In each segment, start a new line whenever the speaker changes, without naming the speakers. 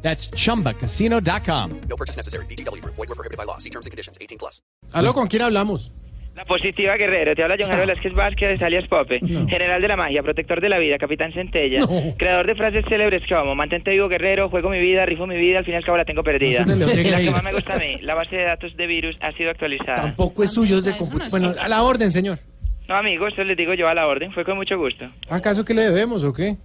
That's chumbacasino.com.
No purchase necessary. BGW. Void were prohibited by law. See terms and conditions. 18 plus.
Aló, ¿con quién hablamos?
La positiva guerrero, te habla
Ah.
John Jairo Velázquez Vázquez, alias Pope, general de la magia, protector de la vida, capitán centella,
No.
creador de frases célebres como mantente vivo guerrero, juego mi vida, rifo mi vida, al fin y al cabo la tengo perdida.
No, eso es de Leo
y la
Segre.
que más me gusta a mí, la base de datos de virus ha sido actualizada.
Tampoco es suyo, es de
eso
Ah,
no
computador.
es
Bueno,
suyo.
a la orden, señor.
No amigos, esto les digo yo a la orden, fue con mucho gusto.
¿Acaso que le debemos o qué?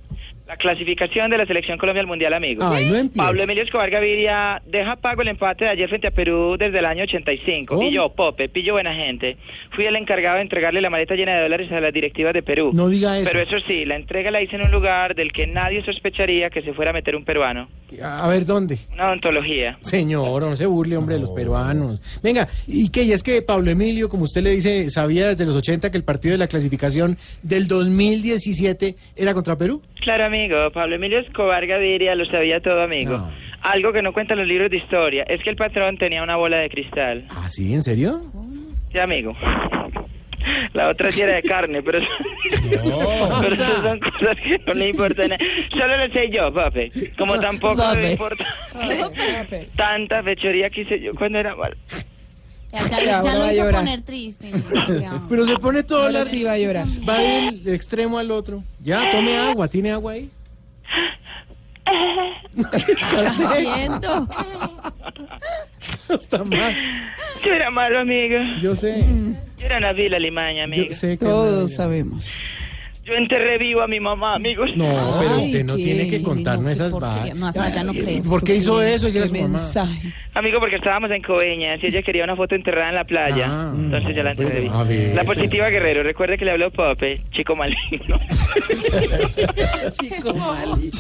La clasificación de la selección Colombia al Mundial, amigos.
Ay, no empiece.
Pablo Emilio Escobar Gaviria deja pago el empate de ayer frente a Perú desde el año 85.
¿Cómo?
Y yo, Pope, pillo buena gente. Fui el encargado de entregarle la maleta llena de dólares a las directivas de Perú.
No diga eso.
Pero eso sí, la entrega la hice en un lugar del que nadie sospecharía que se fuera a meter un peruano.
A a ver, ¿dónde?
Una odontología.
Señor, no se burle, hombre, de los peruanos. Venga, ¿y qué? Y es que Pablo Emilio, como usted le dice, sabía desde los 80 que el partido de la clasificación del 2017 era contra Perú.
Claro, amigo. Pablo Emilio Escobar Gaviria lo sabía todo, amigo.
No.
Algo que no cuentan los libros de historia es que el patrón tenía una bola de cristal.
¿Ah, sí? ¿En serio?
Sí, amigo. La otra sí era de carne, pero... pero esas son cosas que no le importan. a- Solo lo sé yo, papi. Como tampoco
Papi.
me importa tanta fechoría que hice yo cuando era mal.
Ya, ya, ya
ahora va
lo
a
hizo
llorar.
poner triste. ya.
Pero se pone todo
Ahora
la...
sí va a llorar.
Va del extremo al otro. Ya, tome agua. ¿Tiene agua ahí?
Siento.
Está mal.
Yo era malo, amigo.
Yo sé.
Mm.
Yo era una vil alimaña, amigo.
Yo sé que...
Todos sabemos.
Yo enterré vivo a mi mamá, amigos.
No, pero
Ay,
usted no
qué
tiene que
divino,
contarnos
qué
esas
porquería.
vainas.
No, hasta allá no
Ay,
crees.
¿Por qué hizo eso? Si
Qué
era su mamá.
mensaje.
Amigo, porque estábamos en Coveñas y ella quería una foto enterrada en la playa.
Ah,
Entonces yo la
bueno,
enterré.
a ver,
la positiva Guerrero, recuerde que le habló Pope, chico maligno.
Chico, mal.